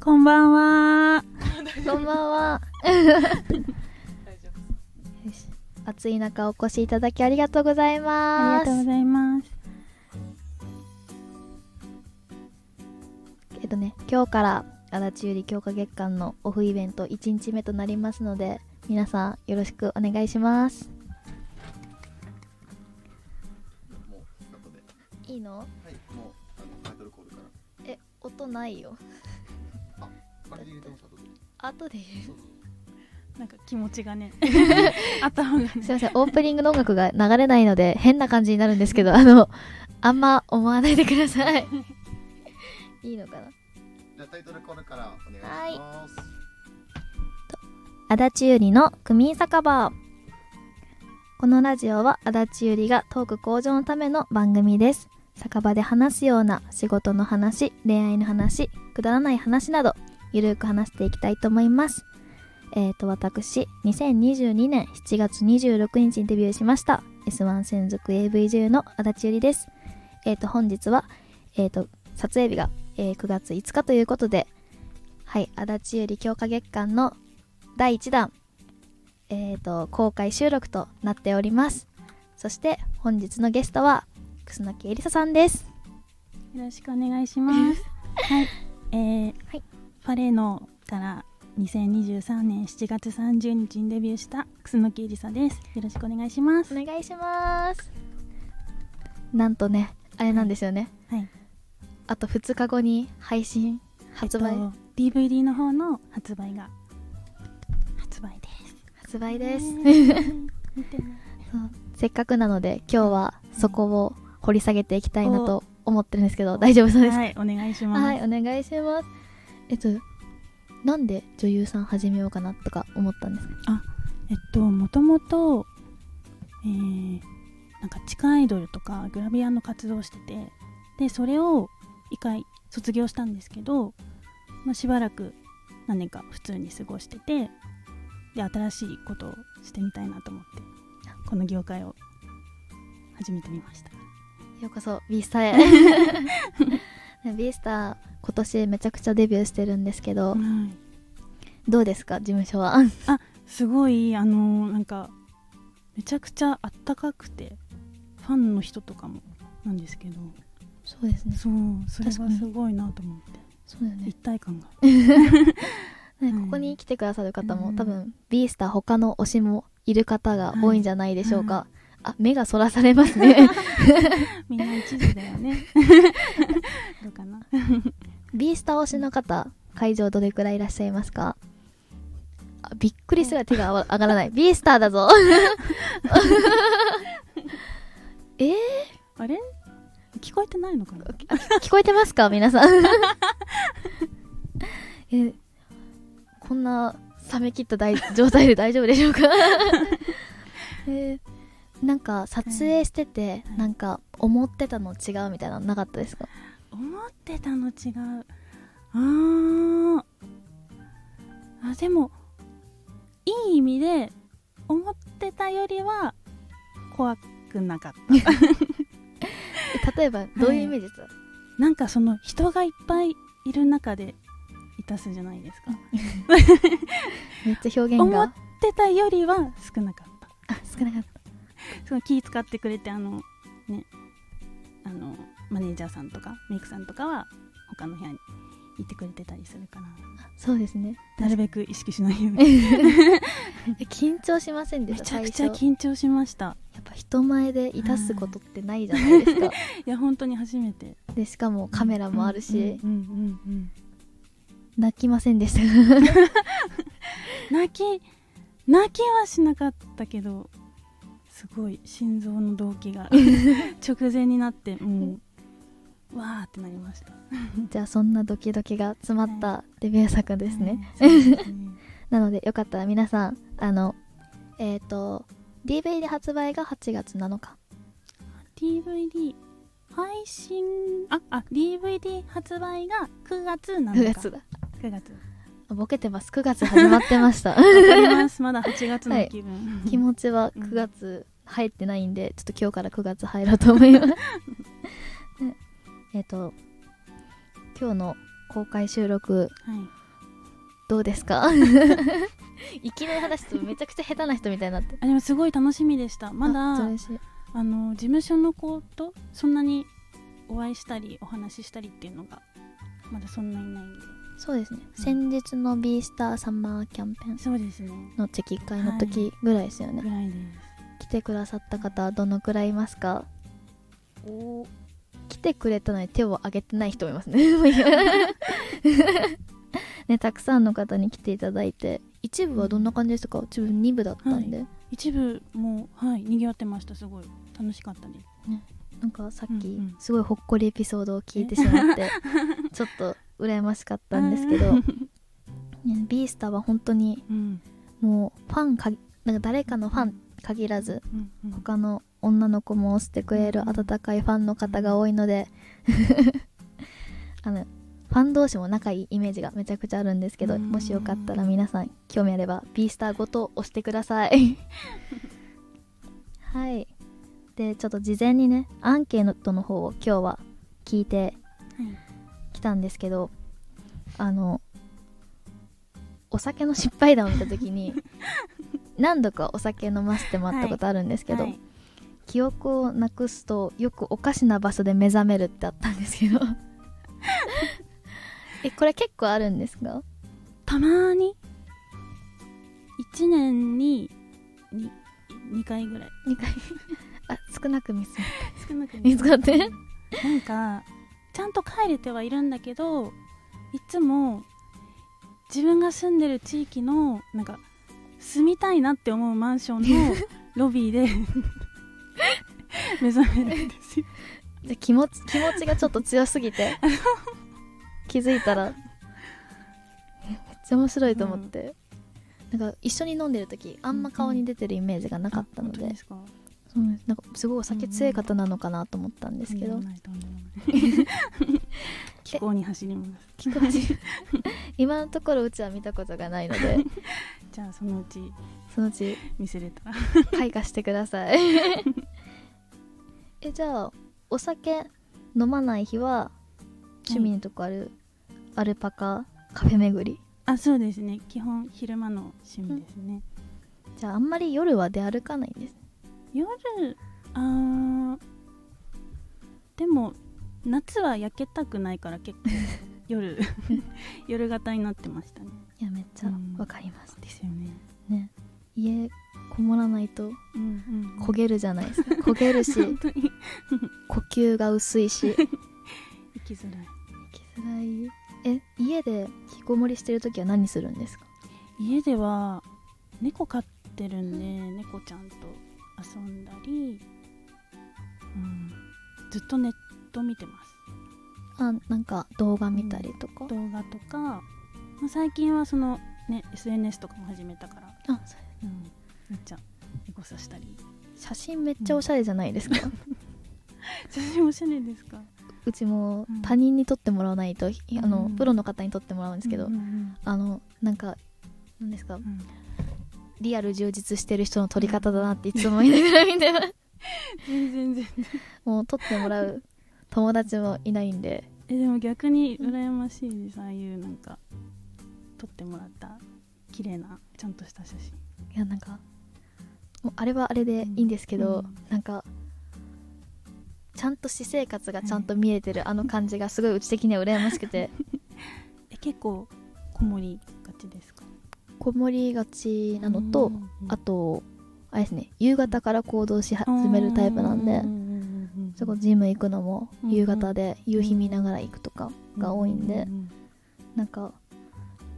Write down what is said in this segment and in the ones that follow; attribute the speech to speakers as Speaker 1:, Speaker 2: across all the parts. Speaker 1: こんばんは。
Speaker 2: こんばんは。
Speaker 3: 大丈夫
Speaker 2: 暑い中お越しいただきありがとうござい
Speaker 1: あ
Speaker 2: ま
Speaker 1: りがとうご
Speaker 2: す。
Speaker 1: ざいます。
Speaker 2: えっとね、今日から足立ゆり強化月間のオフイベント1日目となりますので、皆さんよろしくお願いします。
Speaker 4: もう後で。
Speaker 2: いいの
Speaker 4: はい、もうあのタイトルコールから。
Speaker 2: え、音ないよ。
Speaker 4: あれで入れてます後で。
Speaker 2: 後で言う。
Speaker 4: そうそう
Speaker 1: なんか気持ちが ね、頭がね
Speaker 2: すいません、オープニングの音楽が流れないので、変な感じになるんですけど、あの、あんま思わないでください。 いいのかな
Speaker 4: じゃあタイトルコールからお願いします。
Speaker 2: 足立ゆりの区民酒場このラジオは足立ゆりがトーク向上のための番組です酒場で話すような仕事の話恋愛の話くだらない話などゆるく話していきたいと思いますえっ、ー、と私2022年7月26日にデビューしました S1 専属 AV 女優の足立ゆりですえっ、ー、と本日はえっ、ー、と撮影日が、えー9月5日ということではい足立ゆり強化月間の第1弾、えー、と公開収録となっておりますそして本日のゲストは楠木エリサさんです
Speaker 1: よろしくお願いします。 はい、えー
Speaker 2: はい
Speaker 1: ファレーノから2023年7月30日にデビューした楠木エリサです。よろしくお願いします。
Speaker 2: お願いしますなんとねあれなんですよね
Speaker 1: はい、
Speaker 2: あと2日後に配信発売、
Speaker 1: えっと DVD の方の発売が発売です。
Speaker 2: 発売です、
Speaker 1: 見てね
Speaker 2: そうせっかくなので今日はそこを掘り下げていきたいなと思ってるんですけど大丈夫そうですか
Speaker 1: はい、お願いします。
Speaker 2: はい、お願いしますえっとなんで女優さん始めようかなとか思ったんですか
Speaker 1: えっともともと、えーなんか地下アイドルとかグラビアの活動をしててでそれを一回卒業したんですけど、まあ、しばらく何年か普通に過ごしててで新しいことをしてみたいなと思ってこの業界を始めてみました
Speaker 2: ようこそ B スターへ B スター今年めちゃくちゃデビューしてるんですけど、
Speaker 1: はい
Speaker 2: どうですか事務所は
Speaker 1: すごいあのーなんかめちゃくちゃあったかくてファンの人とかもなんですけど
Speaker 2: そうですね
Speaker 1: そうそれ
Speaker 2: 確
Speaker 1: が
Speaker 2: かに
Speaker 1: すごいなと思って。
Speaker 2: そうだよね
Speaker 1: 一体感が
Speaker 2: ね
Speaker 1: はい
Speaker 2: ここに来てくださる方も、
Speaker 1: うん
Speaker 2: 多分 B スター他の推しもいる方が多いんじゃないでしょうか、あ目がそらされますね
Speaker 1: みんな一時だよね どうか な
Speaker 2: B スター推しの方会場どれくらいいらっしゃいますかあびっくりすら手が上がら ない B スターだぞえー、
Speaker 1: あれ聞こえてないのかな
Speaker 2: 聞こえてますか皆さん えこんな冷め切った大状態で大丈夫でしょうか、 えーなんか撮影してて、
Speaker 1: はい
Speaker 2: なんか思ってたの違うみたいなのなかったですか
Speaker 1: 思ってたの違うあーあでもいい意味で思ってたよりは怖くなかった
Speaker 2: え例えばどういうイメージですか、
Speaker 1: なんかその人がいっぱいいる中でいたすじゃないですか
Speaker 2: めっちゃ表現が
Speaker 1: 思
Speaker 2: あ
Speaker 1: 思ってたよりは少なかった
Speaker 2: 少なかった
Speaker 1: すごい気使ってくれてあのねあのマネージャーさんとかメイクさんとかは他の部屋にいてくれてたりするから
Speaker 2: そうですね
Speaker 1: なるべく意識しないように
Speaker 2: え緊張しませんで
Speaker 1: め
Speaker 2: した
Speaker 1: ちゃくちゃ
Speaker 2: 最初
Speaker 1: 緊張しました
Speaker 2: やっぱ人前でいたすことってないじゃないですか
Speaker 1: いや本当に初めて
Speaker 2: でしかもカメラもあるし、
Speaker 1: うんうんうんうん
Speaker 2: 泣きませんでしたか
Speaker 1: 泣き泣きはしなかったけどすごい心臓の動悸 が直前になってもうわーってなりました
Speaker 2: じゃあそんなドキドキが詰まったデビュー作ですね、
Speaker 1: はいそうですね
Speaker 2: なのでよかったら皆さんあのえっ、と DV で発売が8月7日
Speaker 1: DVD 配信ああ DVD 発売が9月7日
Speaker 2: 9月だ
Speaker 1: 9月
Speaker 2: ボケてます9月始まってました
Speaker 1: わかりますまだ8月の気分、
Speaker 2: 気持ちは9月入ってないんでちょっと今日から9月入ろうと思います、ねえっ、と今日の公開収録
Speaker 1: はい
Speaker 2: どうです かいきなり話すとめちゃくちゃ下手な人みたいになって
Speaker 1: あでもすごい楽しみでしたまだ
Speaker 2: あ
Speaker 1: あ
Speaker 2: 嬉しい
Speaker 1: の事務所の子とそんなにお会いしたりお話ししたりっていうのがまだそんなにないんで
Speaker 2: そうですね、
Speaker 1: うん
Speaker 2: 先日の B スターサマーキャンペーン
Speaker 1: そうですね
Speaker 2: のチェキ会の時ぐらいですよね、
Speaker 1: ぐらいです
Speaker 2: 来てくださった方はどのくらいいますか
Speaker 1: お
Speaker 2: 来てくれたのに手を挙げてない人もい ますねねたくさんの方に来ていただいて一部はどんな感じですか自分2部だったんで、
Speaker 1: 一部もうはい賑わってましたすごい楽しかったです
Speaker 2: なんかさっき
Speaker 1: うんうん
Speaker 2: すごいほっこりエピソードを聞いてしま ってちょっと羨ましかったんですけど、ね、ビースターは本当に
Speaker 1: うん
Speaker 2: もうファンかなんか誰かのファン限らず
Speaker 1: うんうん
Speaker 2: 他の女の子も押してくれる
Speaker 1: うん
Speaker 2: 温かいファンの方が多いので あのファン同士も仲いいイメージがめちゃくちゃあるんですけど
Speaker 1: うん
Speaker 2: もしよかったら皆さん興味あれば B スターごと押してください はいでちょっと事前にねアンケートの方を今日は聞いて
Speaker 1: はい
Speaker 2: きたんですけどあのお酒の失敗談を見た 時に何度かお酒飲ませてもらったことあるんですけど、
Speaker 1: はい
Speaker 2: 記憶をなくすとよくおかしな場所で目覚めるってあったんですけどえこれ結構あるんですか
Speaker 1: たまに1年に 2, 2回ぐらい
Speaker 2: 2回あ少なく見つめ
Speaker 1: 少なく
Speaker 2: 見つかって
Speaker 1: なんかちゃんと帰れてはいるんだけどいつも自分が住んでる地域のなんか住みたいなって思うマンションの ロビーで目覚めるんですよ
Speaker 2: じゃ気持ち気持ちがちょっと強すぎて気づいたらえめっちゃ面白いと思って、なんか一緒に飲んでる時あんま顔に出てるイメージがなかったの
Speaker 1: あ本
Speaker 2: で,、
Speaker 1: 当ですか
Speaker 2: そうですなんかすごいお酒強い方なのかなと思ったんですけど、
Speaker 1: とんでもないとんでもない気候に走ります
Speaker 2: 聞く味今のところうちは見たことがないので
Speaker 1: じゃあそのうち
Speaker 2: そのうち
Speaker 1: 見せれたら
Speaker 2: 開花してください えじゃあお酒飲まない日は趣味のとこある、アルパカカフェ巡り
Speaker 1: あそうですね基本昼間の趣味ですね、
Speaker 2: じゃああんまり夜は出歩かないんです
Speaker 1: 夜あーでも夏は焼けたくないから結 構夜夜型になってましたね
Speaker 2: いやめっちゃ
Speaker 1: うん
Speaker 2: わかります、
Speaker 1: ですよね
Speaker 2: ね家こもらないと
Speaker 1: うんうん
Speaker 2: 焦げるじゃないですか 焦げるし
Speaker 1: 本当に
Speaker 2: 呼吸が薄いし生
Speaker 1: 生きづらい
Speaker 2: きづらいえ家で引きこもりしてる時は何するんですか
Speaker 1: 家では猫飼ってるんで、猫ちゃんと遊んだり、うん、ずっとネット見てます
Speaker 2: あなんか動画見たりとか、
Speaker 1: 動画とか、まあ、最近はそのね SNS とかも始めたから、
Speaker 2: あそ
Speaker 1: う
Speaker 2: う
Speaker 1: ん、めっちゃエゴサしたり
Speaker 2: 写真めっちゃおしゃれじゃないですか、
Speaker 1: 写真おしゃれですか
Speaker 2: うちも
Speaker 1: うん
Speaker 2: 他人に撮ってもらわないと、ひあの
Speaker 1: うん
Speaker 2: プロの方に撮ってもらうんですけど、
Speaker 1: うんうん
Speaker 2: あのなんかなんですか
Speaker 1: うんうん
Speaker 2: リアル充実してる人の撮り方だなっていつも言いながら見てます
Speaker 1: 全然全然
Speaker 2: もう撮ってもらう友達もいないんで
Speaker 1: えでも逆に羨ましいですああいうなんか撮ってもらった綺麗なちゃんとした写真
Speaker 2: いやなんかもうあれはあれでいいんですけど、
Speaker 1: うん
Speaker 2: なんかちゃんと私生活がちゃんと見えてるあの感じがすごいうち的には羨ましく て
Speaker 1: え結構こもりがちですか
Speaker 2: こもりがちなのと、
Speaker 1: うん
Speaker 2: あとあれですね夕方から行動し始めるタイプなんで。
Speaker 1: ううん
Speaker 2: そこジム行くのも
Speaker 1: うん
Speaker 2: 夕方で夕日見ながら行くとかが多いんで
Speaker 1: うう
Speaker 2: なんか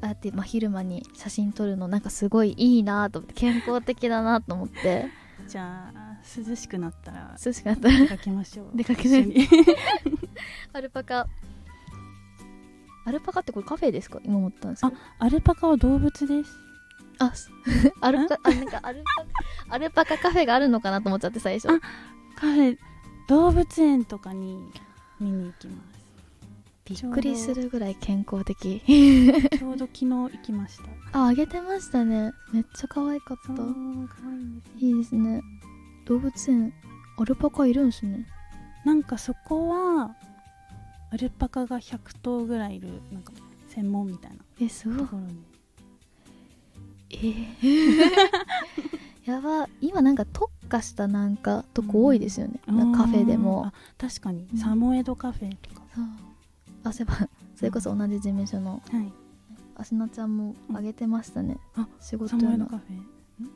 Speaker 2: ああやってまあ昼間に写真撮るのなんかすごいいいなと思って健康的だなと思って
Speaker 1: うんじゃあ涼しくなったら
Speaker 2: 涼しかった
Speaker 1: 出かけましょう
Speaker 2: 出かけない
Speaker 1: 一緒に
Speaker 2: アルパカアルパカってこれカフェですか今思ったんですけど
Speaker 1: アルパカは動物です
Speaker 2: あす アルパカあなんかアルパカアルパカカフェがあるのかなと思っちゃって最初
Speaker 1: あカフェ動物園とかに見に行きま
Speaker 2: びっくりするぐらい健康的
Speaker 1: すちょうど昨日行きました
Speaker 2: ああげてましたねめっちゃ可愛かっ
Speaker 1: そう
Speaker 2: た
Speaker 1: 可愛いんですよ
Speaker 2: いいですね動物園アルパカいるんですね
Speaker 1: なんかそこはアルパカが100頭ぐらいいるなんか専門みたいな
Speaker 2: えすご
Speaker 1: と
Speaker 2: い
Speaker 1: ころに
Speaker 2: えー やば今なんか特化したなんかとこ多いですよね、なんかカフェでも
Speaker 1: あ確かに、
Speaker 2: うん
Speaker 1: サモエドカフェとか
Speaker 2: そうあそういえば それこそ同じ事務所の
Speaker 1: はい
Speaker 2: あしなちゃんもあげてましたね、
Speaker 1: うんあ
Speaker 2: 仕事
Speaker 1: サモエド
Speaker 2: の
Speaker 1: カフェ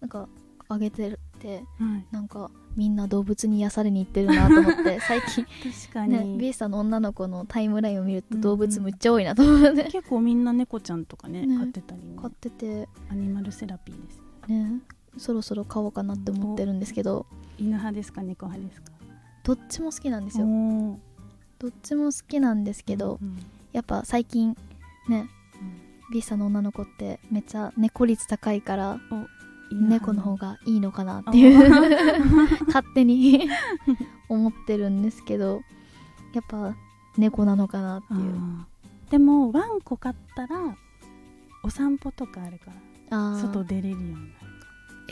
Speaker 2: なんかあげてるって
Speaker 1: はい
Speaker 2: なんかみんな動物に癒されに行ってるなと思っ て最近
Speaker 1: 確か
Speaker 2: ね
Speaker 1: に、
Speaker 2: ビースタの女の子のタイムラインを見ると
Speaker 1: う
Speaker 2: 動
Speaker 1: んう
Speaker 2: 物
Speaker 1: ん
Speaker 2: むっちゃ多いなと思って、
Speaker 1: 結構みんな猫ちゃんとかね
Speaker 2: ね
Speaker 1: 飼ってたりね
Speaker 2: 飼ってて
Speaker 1: アニマルセラピーです
Speaker 2: ねそろそろ買おうかなって思ってるんですけど
Speaker 1: 犬派ですか猫派ですか
Speaker 2: どっちも好きなんです
Speaker 1: お
Speaker 2: よ
Speaker 1: ー
Speaker 2: どっちも好きなんですけど
Speaker 1: うんうん
Speaker 2: やっぱ最近ねビースタの女の子ってめっちゃ猫率高いから
Speaker 1: 犬派
Speaker 2: 猫の方がいいのかなっていう 勝手に 思ってるんですけどやっぱ猫なのかなって
Speaker 1: あ
Speaker 2: いう
Speaker 1: ーでもワンコ飼ったらお散歩とかあるから
Speaker 2: あー
Speaker 1: 外出れるようになる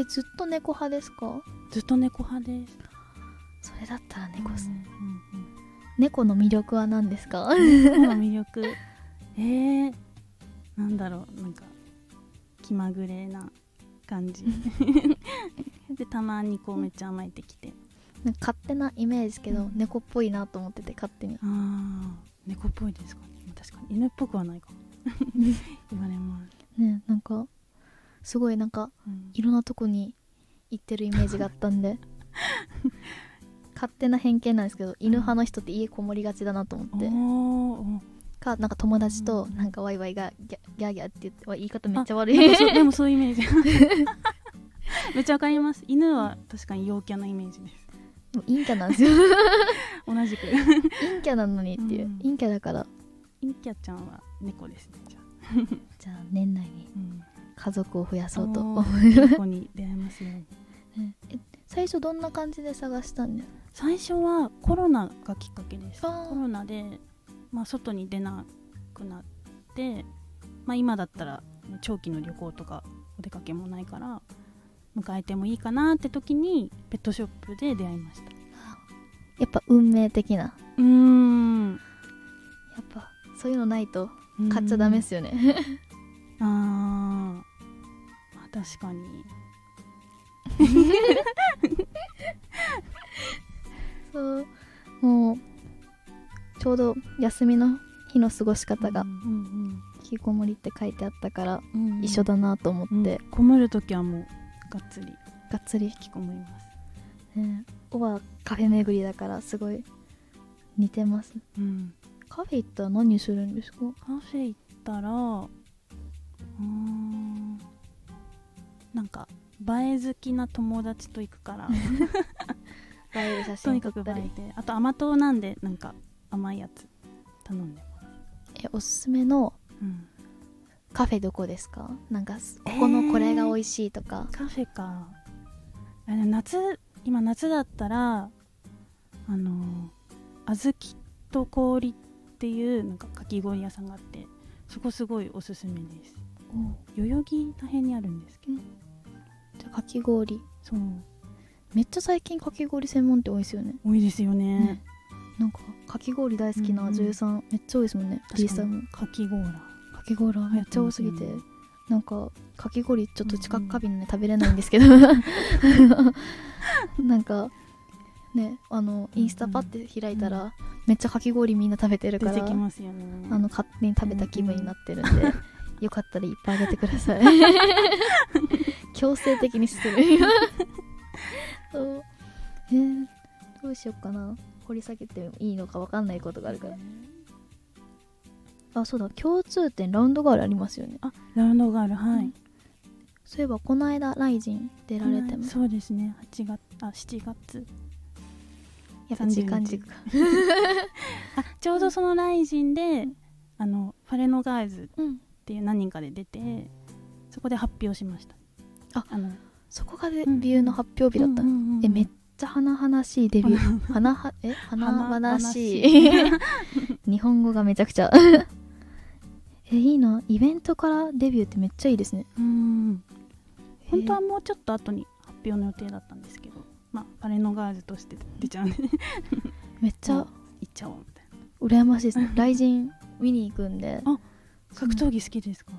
Speaker 2: えずっと猫派ですか
Speaker 1: ずっと猫派です
Speaker 2: それだったら猫っす、
Speaker 1: うん
Speaker 2: 猫の魅力は何ですか
Speaker 1: うんうん猫の魅力えー、なんだろうなんか気まぐれな感 じでたまにこうめっちゃ甘えてきて
Speaker 2: なんか勝手なイメージけど、
Speaker 1: うん
Speaker 2: 猫っぽいなと思ってて勝手に
Speaker 1: あー猫っぽいですかね確かに犬っぽくはないか も言われます、
Speaker 2: ねなんかすごいなんか
Speaker 1: うん
Speaker 2: いろんなとこに行ってるイメージがあったんで勝手な偏見なんですけど犬派の人って家こもりがちだなと思って
Speaker 1: おー
Speaker 2: かなんか友達と
Speaker 1: うん
Speaker 2: なんかワイワイがギャギャーギャーって言ってわ言い方
Speaker 1: あ
Speaker 2: めっちゃ悪
Speaker 1: なん
Speaker 2: い
Speaker 1: か そうでもそういうイメージ めっちゃわかります犬は確かに陽キャなイメージです
Speaker 2: もう陰キャなんですよ
Speaker 1: 同じく
Speaker 2: 陰キャなのにっていう、
Speaker 1: うん
Speaker 2: 陰キャだから
Speaker 1: 陰キャちゃんは猫ですねじゃあ、
Speaker 2: じゃあ年内に
Speaker 1: うん、
Speaker 2: 家族を増やそうと思う
Speaker 1: おーい い子に出会えますように
Speaker 2: ねえ最初どんな感じで探したんですか
Speaker 1: 最初はコロナがきっかけですコ
Speaker 2: あー
Speaker 1: ロナで、まあ、外に出なくなって、まあ、今だったら長期の旅行とかお出かけもないから迎えてもいいかなって時にペットショップで出会いました
Speaker 2: やっぱ運命的な
Speaker 1: うーん
Speaker 2: やっぱそういうのないと買っちゃダメですよね
Speaker 1: あーまあ確かに
Speaker 2: そうもうちょうど休みの日の過ごし方が
Speaker 1: うん
Speaker 2: 「引きこもり」って書いてあったから
Speaker 1: うんうん
Speaker 2: 一緒だなと思って、
Speaker 1: うん
Speaker 2: がっ
Speaker 1: こもる時はもうがっつり
Speaker 2: つり
Speaker 1: 引きこもります
Speaker 2: ねおばカフェ巡りだからすごい似てます
Speaker 1: うん
Speaker 2: カフェ行ったら何するんですか
Speaker 1: カフェ行ったらうーんなんか映え好きな友達と行くから
Speaker 2: 映える写
Speaker 1: とに
Speaker 2: 真撮
Speaker 1: かく映
Speaker 2: ったり
Speaker 1: えてあと甘党なんでなんか甘いやつ頼んでます、
Speaker 2: えおすすめの
Speaker 1: うん、
Speaker 2: カフェどこですかなんかすここのこれが美味しいとか、
Speaker 1: カフェかあでも夏今夏だったらあの小豆と氷っていうなんかかき氷屋さんがあってそこすごいおすすめです代々木大変にあるんですけど、
Speaker 2: じゃあかき氷
Speaker 1: そう
Speaker 2: めっちゃ最近かき氷専門店多いですよね
Speaker 1: 多いですよね
Speaker 2: ねなんかかき氷大好きな女優さん、めっちゃ多いですもんねリ
Speaker 1: 確
Speaker 2: ー
Speaker 1: か
Speaker 2: さん
Speaker 1: に
Speaker 2: も
Speaker 1: かき氷
Speaker 2: かき氷めっちゃ多すぎて、
Speaker 1: うん
Speaker 2: なんかかき氷ちょっと近
Speaker 1: う
Speaker 2: く
Speaker 1: ん
Speaker 2: 過敏なんで食べれないんですけど なんかねあのインスタパって開いたら、めっちゃかき氷みんな食べてるか
Speaker 1: 出
Speaker 2: ら
Speaker 1: てきますよね
Speaker 2: あの勝手に食べた気分になってるんで、 よかったらいっぱいあげてくだ さい強制的にするそうえーどうしようかな掘り下げてもいいのかわかんないことがあるからあそうだ共通点ラウンドガールありますよね
Speaker 1: ラウンドガールはい
Speaker 2: そういえばこの間ライジン出られてます
Speaker 1: そうですね8月あ7月
Speaker 2: やっぱ時間軸が
Speaker 1: あちょうどそのライジンで、
Speaker 2: うん
Speaker 1: あのファレノガールズ
Speaker 2: うん
Speaker 1: っていう何人かで出てそこで発表しました
Speaker 2: あ
Speaker 1: の
Speaker 2: そこがデ
Speaker 1: うん
Speaker 2: ビューの発表日だった、
Speaker 1: うんうんうん
Speaker 2: えめっちゃ華々しいデビュー華はえ華
Speaker 1: 華
Speaker 2: 々
Speaker 1: 々
Speaker 2: し
Speaker 1: し
Speaker 2: い
Speaker 1: い
Speaker 2: 日本語がめちゃくちゃえいいなイベントからデビューってめっちゃいいですね
Speaker 1: うん本当はもうちょっと後に発表の予定だったん ですけどまあファレノガールズとして出ちゃうんで行っ
Speaker 2: えーめっちゃ、
Speaker 1: ちゃおうみたいな
Speaker 2: 羨ましいですね雷神見に行くんで
Speaker 1: あ格闘技好きですか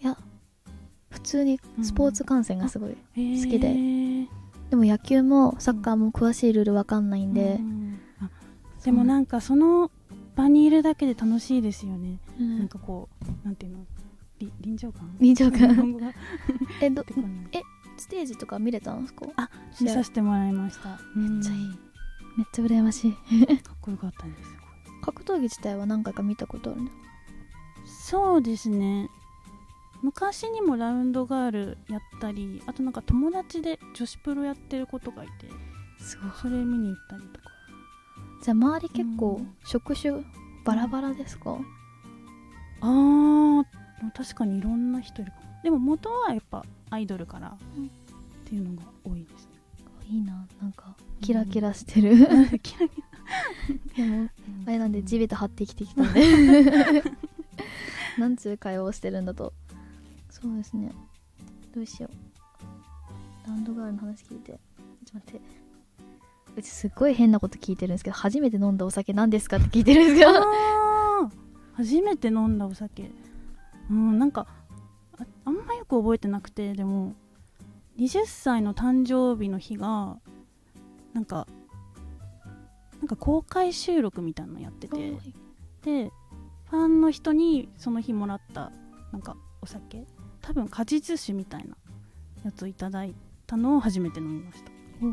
Speaker 2: いや普通にスポーツ観戦がすごい、
Speaker 1: 好
Speaker 2: きででも野球もサッカーも詳しいルールわかんないんで、
Speaker 1: でもなんかその場にいるだけで楽しいですよね、
Speaker 2: うん
Speaker 1: なんかこうなんていうのり臨場感
Speaker 2: 臨場感
Speaker 1: 日本語が
Speaker 2: えど
Speaker 1: 出てこない
Speaker 2: ステージとか見れたんですか
Speaker 1: あ見させてもらいましため
Speaker 2: めっちゃいいめっちゃ羨ましい
Speaker 1: かっこよかったんですよこれ
Speaker 2: 格闘技自体は何回か見たことあるね
Speaker 1: そうですね昔にもラウンドガールやったりあとなんか友達で女子プロやってる子とかいて
Speaker 2: すごい
Speaker 1: それ見に行ったりとか
Speaker 2: じゃあ周り結
Speaker 1: う
Speaker 2: 構
Speaker 1: ん
Speaker 2: 職種バラバラですか、
Speaker 1: あー確かにいろんな人いるかもでも元はやっぱアイドルから
Speaker 2: うん
Speaker 1: っていうのが多いです
Speaker 2: いいななんかキラキラして る、
Speaker 1: ねキ ラキ
Speaker 2: でもあ
Speaker 1: ラ
Speaker 2: れなんで地べた張って生きてきたんで なんちゅう会話をしてるんだとそうですねどうしようラウンドガールの話聞いてちょっと待ってうちすっごい変なこと聞いてるんですけど初めて飲んだお酒何ですかって聞いてる んですけど
Speaker 1: あー初めて飲んだお酒うんなんかああんまよく覚えてなくてでも20歳の誕生日の日がなんかなんか公開収録みたいなのやっててでファンの人にその日もらったなんかお酒多分果実酒みたいなやつをいただいたのを初めて飲みました
Speaker 2: お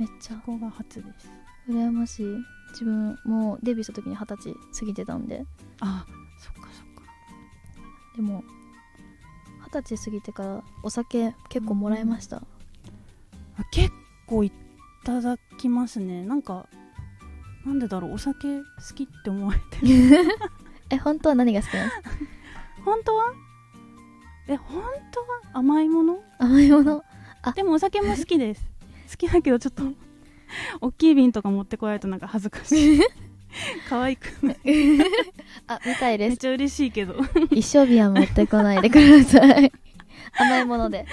Speaker 2: めっちゃ
Speaker 1: ここが初です
Speaker 2: 羨ましい自分もうデビューした時に二十歳過ぎてたんで
Speaker 1: あそっかそっか
Speaker 2: でも二十歳過ぎてからお酒結構もらいました、
Speaker 1: あ結構いただきますねなんかなんでだろうお酒好きって思われてる
Speaker 2: え本当は何が好きなんですか
Speaker 1: 本当はえ本当は甘いもの
Speaker 2: 甘いもの
Speaker 1: でもお酒も好きです 好きだけどちょっと大きい瓶とか持ってこられるとなんか恥ずか しい可愛くない
Speaker 2: あみた
Speaker 1: め
Speaker 2: いで
Speaker 1: っ
Speaker 2: す
Speaker 1: ちゃ嬉しいけど
Speaker 2: 一生日は持ってこないでください甘いもので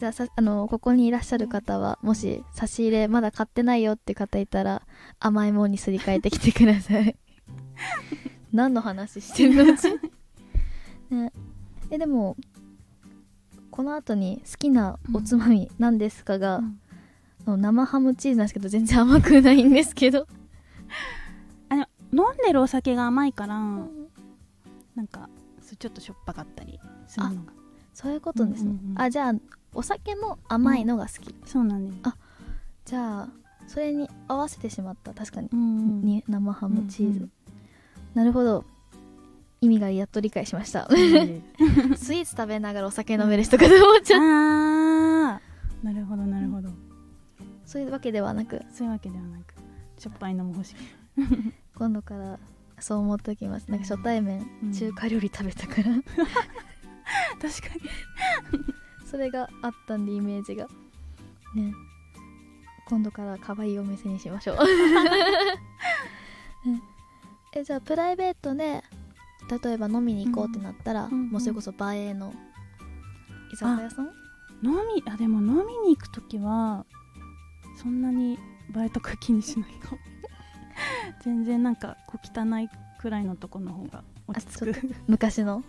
Speaker 2: じゃあさあのここにいらっしゃる方はもし差し入れまだ買ってないよって方いたら甘いものにすり替えてきてください何の話し てるのうちねえでもこの後に好きなおつまみなんですかが、
Speaker 1: うん
Speaker 2: あの生ハムチーズなんですけど全然甘くないんですけど、
Speaker 1: 飲んでるお酒が甘いからなんかそうちょっとしょっぱかったりするのが
Speaker 2: そういうことですね、
Speaker 1: うんうんうん
Speaker 2: あじゃあお酒も甘いのが好き、
Speaker 1: そうなんです
Speaker 2: じゃあそれに合わせてしまった確かに,、
Speaker 1: うん
Speaker 2: に生ハムチーズ、
Speaker 1: うん
Speaker 2: なるほど意味がやっと理解しました
Speaker 1: うん
Speaker 2: スイーツ食べながらお酒飲める人かと思っちゃ
Speaker 1: あ
Speaker 2: っ
Speaker 1: ーなるほどなるほど、
Speaker 2: たそういうわけではなく
Speaker 1: そういうわけではなくしょっぱいのも欲しい
Speaker 2: 今度からそう思っておきますなんか初対面、
Speaker 1: うん
Speaker 2: 中華料理食べたから
Speaker 1: 確かに
Speaker 2: それがあったんでイメージがね今度から可愛いお店にし ましょう、ねえじゃあプライベートで例えば飲みに行こうってなったら、
Speaker 1: うんうんうん
Speaker 2: もうそれこそバーエーの居酒屋さん
Speaker 1: 飲みあでも飲みに行く時はそんなに映えとか気にしないかも 全然なんかこう汚いくらいのとこの方が落ち着
Speaker 2: あ
Speaker 1: く
Speaker 2: ち 昔の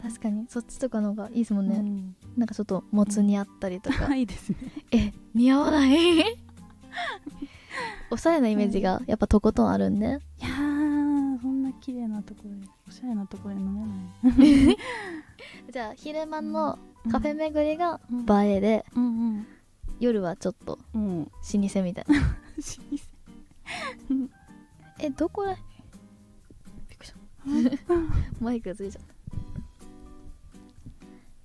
Speaker 2: 確かにそっちとかの方がいいですもんね、
Speaker 1: うん
Speaker 2: なんかちょっともつにあったり とか、
Speaker 1: はいですね
Speaker 2: え似合わない おしゃれなイメージがやっぱとことんあるんで
Speaker 1: いやーそんな綺麗なところでおしゃれなところで飲めない
Speaker 2: じゃあ昼間のカフェ
Speaker 1: メ
Speaker 2: 巡りが
Speaker 1: うん
Speaker 2: バーエーで
Speaker 1: うん
Speaker 2: 夜はちょっと
Speaker 1: うんもう
Speaker 2: 老舗みたいな
Speaker 1: 老舗
Speaker 2: えどこらびっくりしたマイクがずれちゃった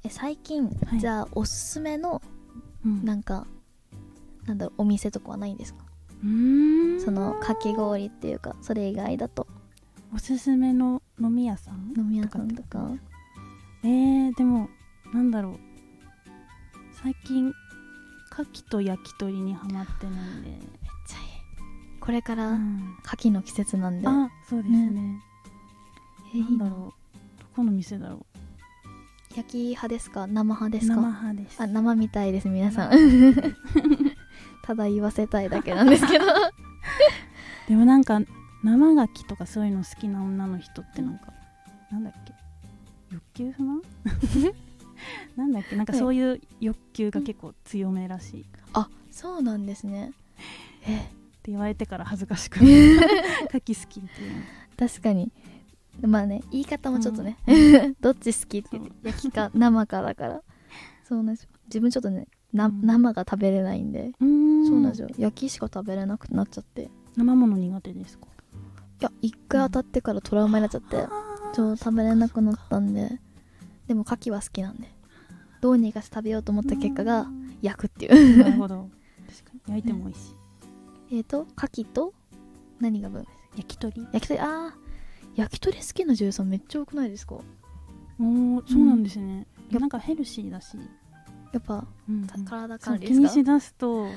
Speaker 2: え最近、
Speaker 1: はい
Speaker 2: じゃあおすすめの
Speaker 1: うん
Speaker 2: なんかなんだろうお店とかはないんですか
Speaker 1: うーん
Speaker 2: そのかき氷っていうかそれ以外だと
Speaker 1: おすすめの飲み屋さん
Speaker 2: 飲み屋さんと
Speaker 1: とか
Speaker 2: か
Speaker 1: えー、でもなんだろう最近牡蠣と焼き鳥にハマってるんで、
Speaker 2: これか
Speaker 1: う
Speaker 2: ら
Speaker 1: ん、
Speaker 2: 牡蠣の季節なんで
Speaker 1: あそうですね
Speaker 2: えい
Speaker 1: なん
Speaker 2: い
Speaker 1: だ
Speaker 2: な
Speaker 1: ろうどこの店だろ
Speaker 2: 焼き派ですか生派
Speaker 1: う
Speaker 2: です
Speaker 1: 生
Speaker 2: か
Speaker 1: 派です
Speaker 2: あ生みたいです皆さん ただ言わせたいだけなんですけど
Speaker 1: でもなんか生ガキとかそういうの好きな女の人ってなんか、なんだっけ欲求不 満なんだっけなんかそういう欲求が結構強めらしいっ
Speaker 2: あそうなんですねえ
Speaker 1: て言われてから恥ずかしく なるカキ好きっていうの
Speaker 2: 確かにまあね言い方もちょっとね、 どっち好きって言って焼きか生かだからそうなんですよ自分ちょっとねな、
Speaker 1: うん
Speaker 2: 生が食べれないんで、そうなんです
Speaker 1: よ
Speaker 2: よ焼きしか食べれなくなっちゃってい
Speaker 1: 生もの苦手ですか
Speaker 2: や一回当たってからトラウマになっちゃって、そう食べれなくなったんででも牡蠣は好きなんでどうにかして食べようと思った結果が焼くっていう
Speaker 1: なるほ ど確かに焼いても美味しい、
Speaker 2: えっと牡蠣と何が分
Speaker 1: 焼き鳥
Speaker 2: 焼き鳥あー焼き鳥好きな女優さんめっちゃ多くないですか
Speaker 1: おおそうなんですね、なんかヘルシーだし、
Speaker 2: やっぱ
Speaker 1: うん
Speaker 2: か体
Speaker 1: そう
Speaker 2: 管理
Speaker 1: 気
Speaker 2: で
Speaker 1: に
Speaker 2: す
Speaker 1: し
Speaker 2: か
Speaker 1: だすと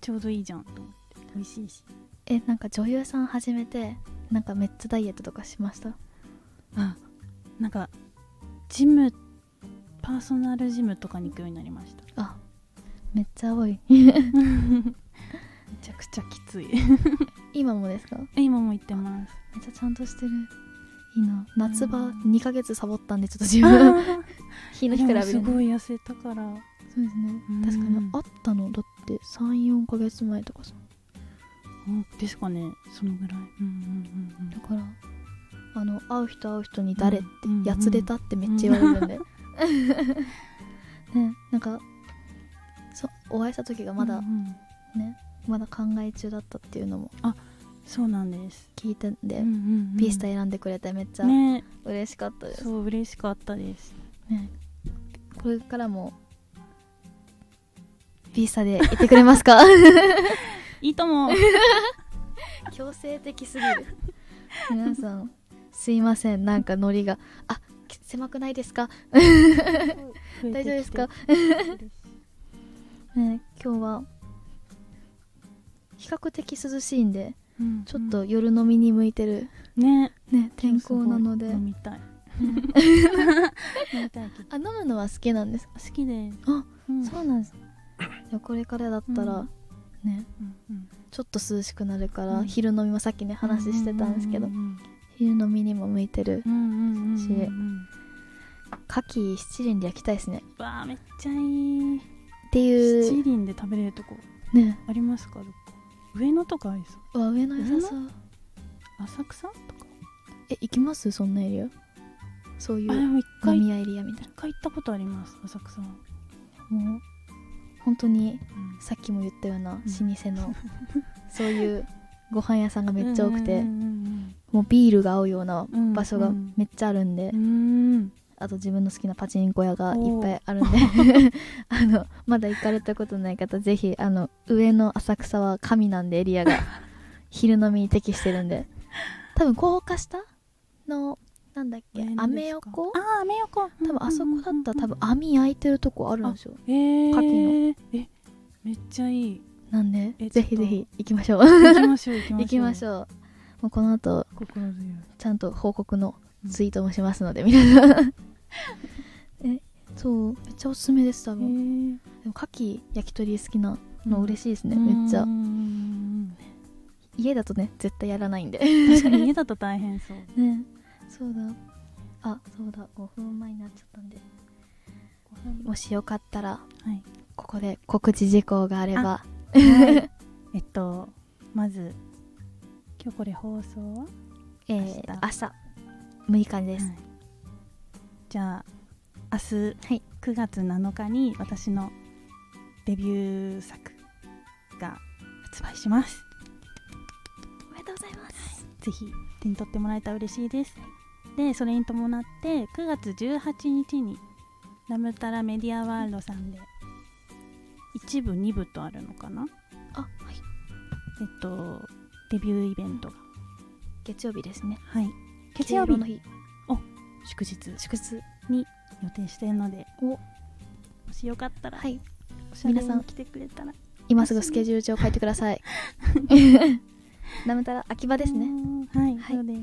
Speaker 1: ちょうどいいじゃんと思って美味しいし
Speaker 2: えなんか女優さん始めてなんかめっちゃダイエットとかしました
Speaker 1: あなんかジムパーソナルジムとかに行くようになりました
Speaker 2: あめっちゃ多い
Speaker 1: めちゃくちゃきつい
Speaker 2: 今もですか
Speaker 1: 今も行ってます
Speaker 2: めっちゃちゃんとしてるいいな夏場
Speaker 1: うん
Speaker 2: 2ヶ月サボったんでちょっと自
Speaker 1: あ
Speaker 2: 分
Speaker 1: ー
Speaker 2: 日の日比
Speaker 1: で
Speaker 2: べ
Speaker 1: も
Speaker 2: る
Speaker 1: すごい痩せたから
Speaker 2: そうですね
Speaker 1: うん
Speaker 2: 確かにあったのだって34ヶ月前とかさ
Speaker 1: うんですかねそのぐらいうんうんうん
Speaker 2: だからあの会う人会う人に「誰?」って
Speaker 1: うんうん
Speaker 2: 「やつれた?」ってめっちゃ言われるんで ねなんかそお会いした時がまだ
Speaker 1: うんうん
Speaker 2: ねまだ考え中だったっていうのも
Speaker 1: そうなんです
Speaker 2: 聞いてんで、
Speaker 1: うんうんうん
Speaker 2: ピースタ選んでくれてめっちゃ
Speaker 1: ね
Speaker 2: 嬉しかったです、
Speaker 1: そう嬉しかったです
Speaker 2: ねこれからもピースタで行ってくれま すか
Speaker 1: いいと も
Speaker 2: 強制的すぎる皆さんすいませんなんかノリがあき狭くないですか、大丈夫ですかね、今日は比較的涼しいんで
Speaker 1: うん
Speaker 2: ちょっと夜飲みに向いてる、
Speaker 1: ね
Speaker 2: ね天候なのです
Speaker 1: ごい飲みたい飲みたいけど
Speaker 2: あ飲むのは好きなんです
Speaker 1: 好きです
Speaker 2: あ、
Speaker 1: うん
Speaker 2: そうなん ですじゃあこれからだったら、
Speaker 1: うん
Speaker 2: ね
Speaker 1: うんうん
Speaker 2: ちょっと涼しくなるから、
Speaker 1: うん
Speaker 2: 昼飲みもさっきね話してたんですけ
Speaker 1: う
Speaker 2: ど、
Speaker 1: ん
Speaker 2: 昼飲みにも向いてる
Speaker 1: うんうんうんうんうん
Speaker 2: し牡蠣七輪で焼きたいですね
Speaker 1: わあめっちゃいい
Speaker 2: ってい
Speaker 1: 七
Speaker 2: う
Speaker 1: 輪で食べれるとこ
Speaker 2: ね
Speaker 1: ありますかどっか上野とかありそう
Speaker 2: うわ上の良さそう
Speaker 1: 浅草とか
Speaker 2: え行きますそんなエリアそうい
Speaker 1: あで
Speaker 2: う
Speaker 1: も一
Speaker 2: 飲
Speaker 1: 回一
Speaker 2: み屋エリアみたい
Speaker 1: 回行ったことあります浅草は、
Speaker 2: なもう本当に
Speaker 1: うん
Speaker 2: さっきも言ったような老舗 の、そういうご飯屋さんがめっちゃ多くて、
Speaker 1: うんうん
Speaker 2: もうビールが合うような場所
Speaker 1: う
Speaker 2: が
Speaker 1: んうん
Speaker 2: めっちゃあるんで、
Speaker 1: うんうんうん
Speaker 2: あと自分の好きなパチンコ屋がいっぱいあるんで あのまだ行かれたことない方ぜひあの上の浅草は神なんでエリ アが昼飲みに適してるんで多分高架下のなんだっけ
Speaker 1: 上野ですか
Speaker 2: アメ横
Speaker 1: ああアメ横
Speaker 2: 多分あそこだったら多分網開いてるとこあるんですよ
Speaker 1: えー、
Speaker 2: 牡蠣
Speaker 1: えめっちゃいい
Speaker 2: なんで
Speaker 1: え
Speaker 2: ぜひぜひ行きましょう
Speaker 1: 行きま しょう行きましょう
Speaker 2: 行きまし
Speaker 1: う
Speaker 2: ょうもうこの後
Speaker 1: 心強い
Speaker 2: ちゃんと報告のツイートもしますので皆さんえそうめっちゃおすすめです多
Speaker 1: え
Speaker 2: 分、
Speaker 1: ー
Speaker 2: でも牡蠣焼き鳥好きなの嬉しいですね、めっち
Speaker 1: う
Speaker 2: ゃ
Speaker 1: んうん
Speaker 2: 家だとね絶対やらないんで
Speaker 1: うん確かに家だと大変そう
Speaker 2: ねそうだあそうだ5分前になっちゃったんでもしよかったら
Speaker 1: はい
Speaker 2: ここで告知事項があれば
Speaker 1: はい、 えっとまず今日これ放送は
Speaker 2: えー
Speaker 1: 明日
Speaker 2: 朝6日です、
Speaker 1: はいじゃあ明日
Speaker 2: はい
Speaker 1: 9月7日に私のデビュー作が発売します
Speaker 2: おめでとうございます、
Speaker 1: ぜひ手に取ってもらえたら嬉しいです、でそれに伴って9月18日にラムタラメディアワールドさんで一部二部とあるのかな
Speaker 2: あはい
Speaker 1: えっとデビューイベントが
Speaker 2: 月曜日ですね
Speaker 1: はい月曜日
Speaker 2: 敬老の日
Speaker 1: 祝日
Speaker 2: 祝日
Speaker 1: 予定してるので
Speaker 2: お
Speaker 1: もしよかったら、
Speaker 2: はい
Speaker 1: おしゃれ
Speaker 2: 皆さん
Speaker 1: に来てくれたら
Speaker 2: 今すぐスケジュール帳書いてくださ いなめたら秋葉ですね
Speaker 1: うんはい、
Speaker 2: はい
Speaker 1: そうです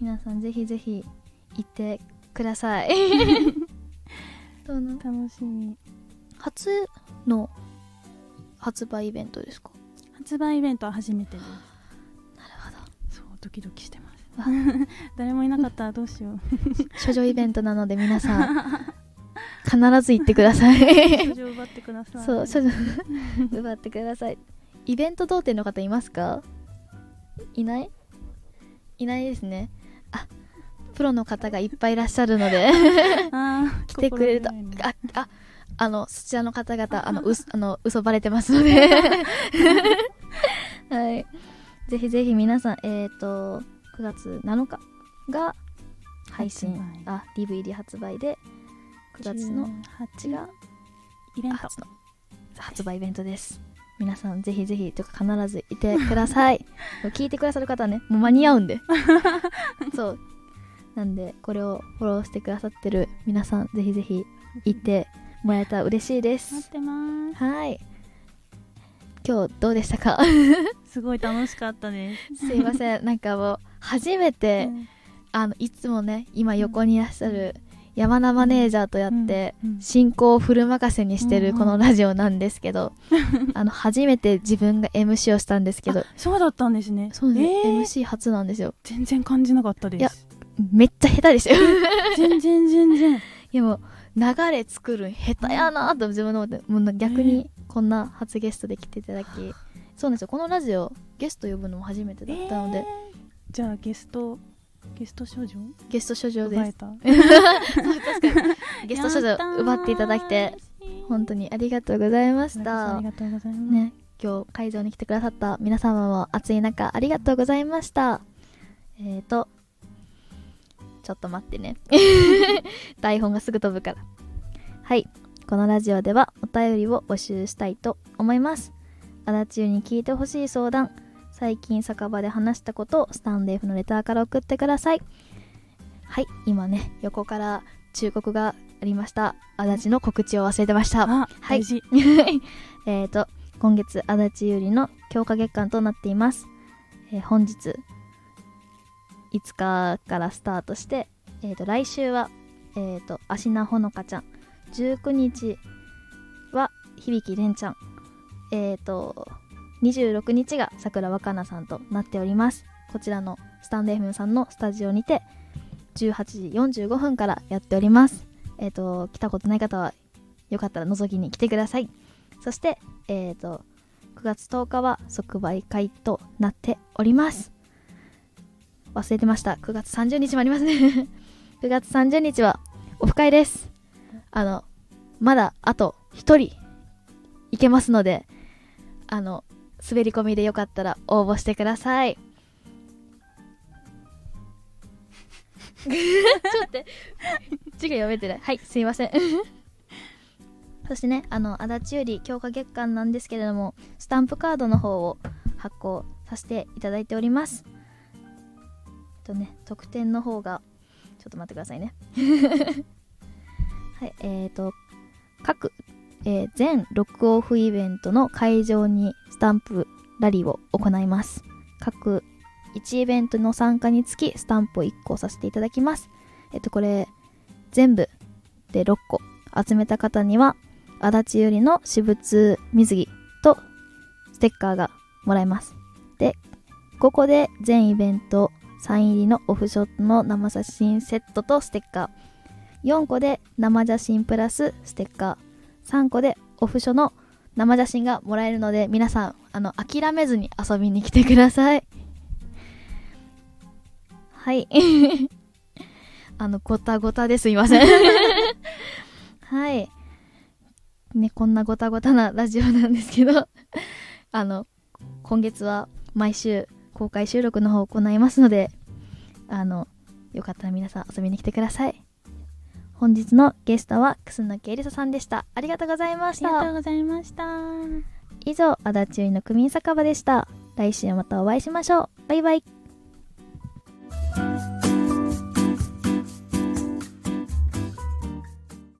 Speaker 2: 皆さんぜひぜひ行ってく ださいどうな
Speaker 1: 楽しみ
Speaker 2: 初の発売イベントですか
Speaker 1: 発売イベントは初めてです
Speaker 2: なるほど
Speaker 1: そうドキドキしてます
Speaker 2: わ
Speaker 1: 誰もいなかったらどう しよう
Speaker 2: 処女イベントなので皆さん必ず行ってください
Speaker 1: 少女奪ってください
Speaker 2: そう処女奪ってくださいイベント童貞の方いますかいないいないですねあプロの方がいっぱいいらっしゃるので
Speaker 1: あー
Speaker 2: 来てくれると
Speaker 1: 心強いね
Speaker 2: あああのそちらの方 々あのうすあの嘘バレてますの ではいぜひぜひ皆さんえっ、と9月7日が配信
Speaker 1: 発売
Speaker 2: あ DVD 発売で9月の8
Speaker 1: 18
Speaker 2: が
Speaker 1: イベント
Speaker 2: 初の発売イベントです皆さんぜひぜひとか必ずいてくださ い聞いてくださる方はねもう間に合うん でそうなんでこれをフォローしてくださってる皆さんぜひぜひ行ってもらえたら嬉しいで
Speaker 1: 待っ
Speaker 2: す
Speaker 1: てま
Speaker 2: はい今日どうでし たか
Speaker 1: すすごい楽しかったです
Speaker 2: すいませんなんかもう初めて、
Speaker 1: うん
Speaker 2: あのいつもね今横にいらっしゃる山名マネージャーとやって、
Speaker 1: うん
Speaker 2: 進行をフル任せにして
Speaker 1: う
Speaker 2: る
Speaker 1: んうん
Speaker 2: このラジオなんです けど、あの初めて自分が MC をしたんですけど
Speaker 1: そうだったんですね
Speaker 2: そうです、
Speaker 1: えー
Speaker 2: MC 初なんですよ
Speaker 1: 全然感じなかったで
Speaker 2: いや
Speaker 1: す
Speaker 2: めっちゃ下手でしたよ い
Speaker 1: 全然全然
Speaker 2: やもう流れ作るん下手やなと自分で思ってもう逆にこんな初ゲストで来ていただき、そうなんですよこのラジオゲスト呼ぶのも初めて だったので、
Speaker 1: えーじゃあゲストゲスト少女
Speaker 2: ゲスト処女
Speaker 1: 奪
Speaker 2: で
Speaker 1: え
Speaker 2: す
Speaker 1: た
Speaker 2: ゲスト処
Speaker 1: や
Speaker 2: 女
Speaker 1: ったー
Speaker 2: 奪っていただきて本当にありがとうございまし
Speaker 1: あ
Speaker 2: た
Speaker 1: りがとうございます、
Speaker 2: ね、今日会場に来てくださった皆様も暑い中ありがとうございました。えーと、ちょっと待ってね。 台本がすぐ飛ぶから。はい、このラジオではお便りを募集したいと思います。足立中に聞いてほしい相談、最近酒場で話したことをスタンデーフのレターから送ってください。はい、今ね、横から忠告がありました。足立の告知を忘れてました。
Speaker 1: あ、
Speaker 2: はい
Speaker 1: 大事
Speaker 2: えーと、今月、足立ゆりの強化月間となっています。えー本日、5日からスタートして、えーと、来週は、えーと、芦名ほのかちゃん。19日は、響れんちゃん。えーと、26日が桜若菜さんとなっております。こちらのスタンデーフムさんのスタジオにて、18時45分からやっております。えーと、来たことない方は、よかったら覗きに来てください。そして、えー、と9月10日は即売会となっております忘れてました9月30日もありますね 9月30日はオフ会ですあのまだあと1人いけますのであの滑り込みでよかったら応募してください ちょっと待って字が読めてないはいすいませんそしてね、あの、足立より強化月間なんですけれども、スタンプカードの方を発行させていただいております。えっとね、特典の方が、ちょっと待ってくださいね。 はい、えっ、ー、と、各、えー全6オフイベントの会場にスタンプラリーを行います。各1イベントの参加につき、スタンプを1個させていただきます。えっ、と、これ、全部で6個集めた方には、足立ゆりの私物水着とステッカーがもらえます。で、ここで全イベントサイン入りのオフショットの生写真セットとステッカー。4個で生写真プラスステッカー。3個でオフショの生写真がもらえるので、皆さん、あの、諦めずに遊びに来てください。はい。 あの、ごたごたですいません。 はい。ね、こんなごたごたなラジオなんですけど、 あの、今月は毎週公開収録の方を行いますので、あの、よかったら皆さん遊びに来てください。本日のゲストは、楠木エリサさんでした。ありがとうございま
Speaker 1: あ
Speaker 2: し
Speaker 1: りがと
Speaker 2: た
Speaker 1: う。ございました
Speaker 2: 以上、足立ゆりの区民酒場でした。来週またお会いしましょう。バイバイ。